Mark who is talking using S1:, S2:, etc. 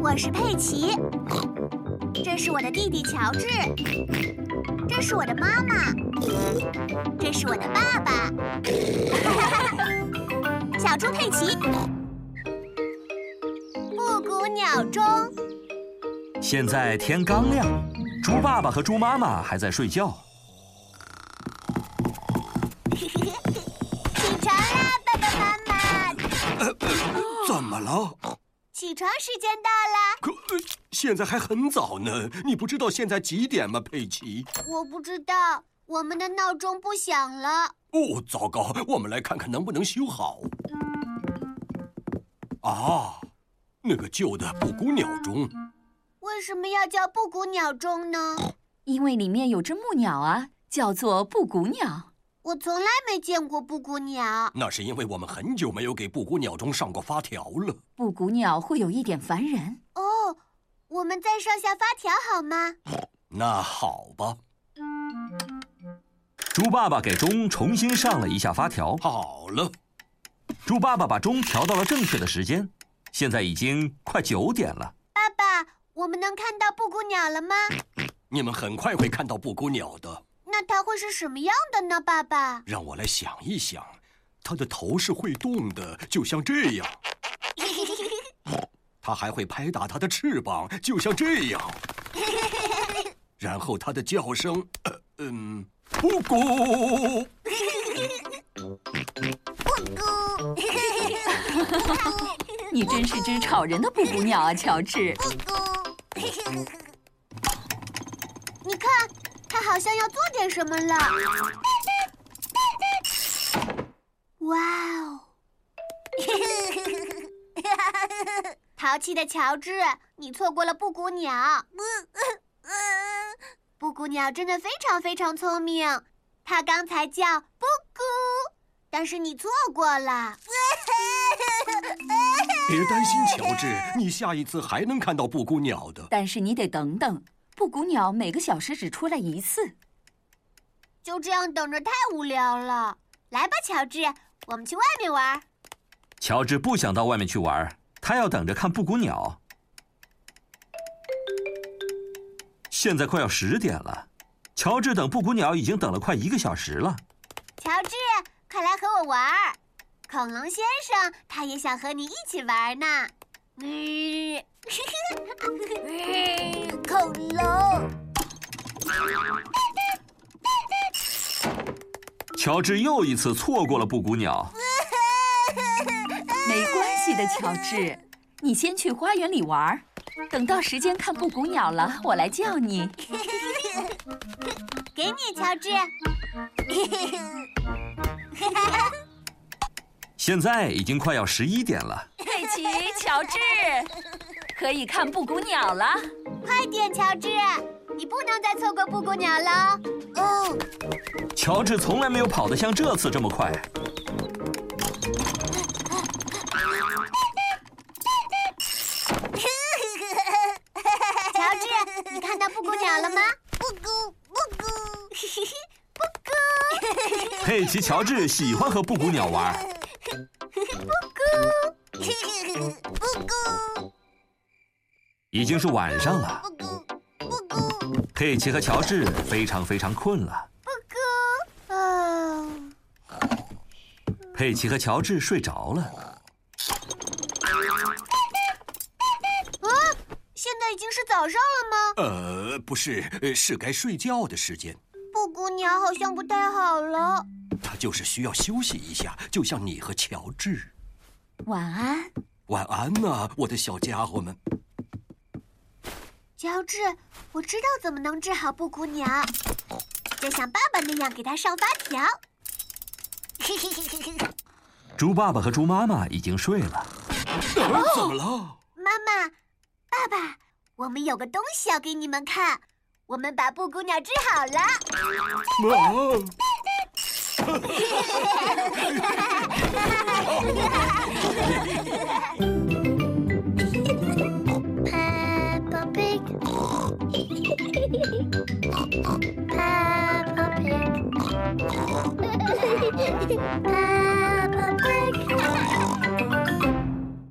S1: 我是佩奇，这是我的弟弟乔治，这是我的妈妈，这是我的爸 爸。小猪佩奇，布谷鸟钟，
S2: 现在天刚亮，猪爸爸和猪妈妈还在睡觉。
S1: 起床啦，爸爸妈妈！
S3: 怎么了？
S1: 起床时间到了。
S3: 可呃现在还很早呢，你不知道现在几点吗，佩奇？
S1: 我不知道，我们的闹钟不响了。
S3: 哦，糟糕，我们来看看能不能修好。啊，那个旧的布谷鸟钟，
S1: 为什么要叫布谷鸟钟呢？
S4: 因为里面有只木鸟啊，叫做布谷鸟。
S1: 我从来没见过布谷鸟。
S3: 那是因为我们很久没有给布谷鸟钟上过发条了。
S4: 布谷鸟会有一点烦人。
S1: 哦，我们再上下发条好吗？
S3: 那好吧，
S2: 猪爸爸给钟重新上了一下发条，
S3: 好了，
S2: 猪爸爸把钟调到了正确的时间，现在已经快九点了。
S1: 爸爸，我们能看到布谷鸟了吗？
S3: 你们很快会看到布谷鸟的。
S1: 那它会是什么样的呢？爸爸，
S3: 让我来想一想，它的头是会动的，就像这样。它还会拍打它的翅膀，就像这样。然后它的叫声，呃嗯，布谷。
S1: 咕
S4: 你真是只吵人的布谷鸟啊，乔治。
S1: 咕。你看，它好像要做点什么了。哇哦！ 淘气的乔治，你错过了布谷鸟。布谷鸟真的非常非常聪明，它刚才叫布谷，但是你错过了。
S3: 别担心，乔 治，你下一次还能看到布谷鸟的。
S4: 但是你得等等，布谷鸟每个小时只出来一次。
S1: 就这样等着太无聊了。来吧，乔治，我们去外面玩儿。
S2: 乔治不想到外面去玩，他要等着看布谷鸟。现在快要十点了，乔治等布谷鸟已经等了快一个小时了。
S1: 乔治，快来和我玩儿。恐龙先生他也想和你一起玩儿呢。嗯，恐龙，
S2: 乔治又一次错过了布谷鸟。
S4: 没关系的，乔治，你先去花园里玩儿，等到时间看布谷鸟了，我来叫你。
S1: 给你，乔治。
S2: 现在已经快要十一点了，
S4: 佩奇，乔治，可以看布谷鸟了。
S1: 快点，乔治，你不能再错过布谷鸟了。哦，
S2: 乔治从来没有跑得像这次这么快。
S1: 乔治，你看到布谷鸟了吗？布谷，布 谷，布
S2: 佩奇、乔治喜欢和布谷鸟玩。
S1: 谷，布谷。
S2: 已经是晚上了，
S1: 咕咕咕咕
S2: 佩奇和乔治非常非常困了。
S1: 咕啊！
S2: 佩奇和乔治睡着了，
S1: 现在已经是早上了吗？
S3: 呃，不是，呃是该睡觉的时间。
S1: 布谷鸟好像不太好了。
S3: 它就是需要休息一下，就像你和乔治。
S4: 晚安。
S3: 晚安呐、我的小家伙们。
S1: 乔治，我知道怎么能治好布谷鸟，就像爸爸那样给它上发条。嘿嘿嘿嘿嘿，
S2: 猪爸爸和猪妈妈已经睡了。
S3: 呃怎么了？
S1: 妈妈，爸爸，我们有个东西要给你们看，我们把布谷鸟治好了。
S3: 啊！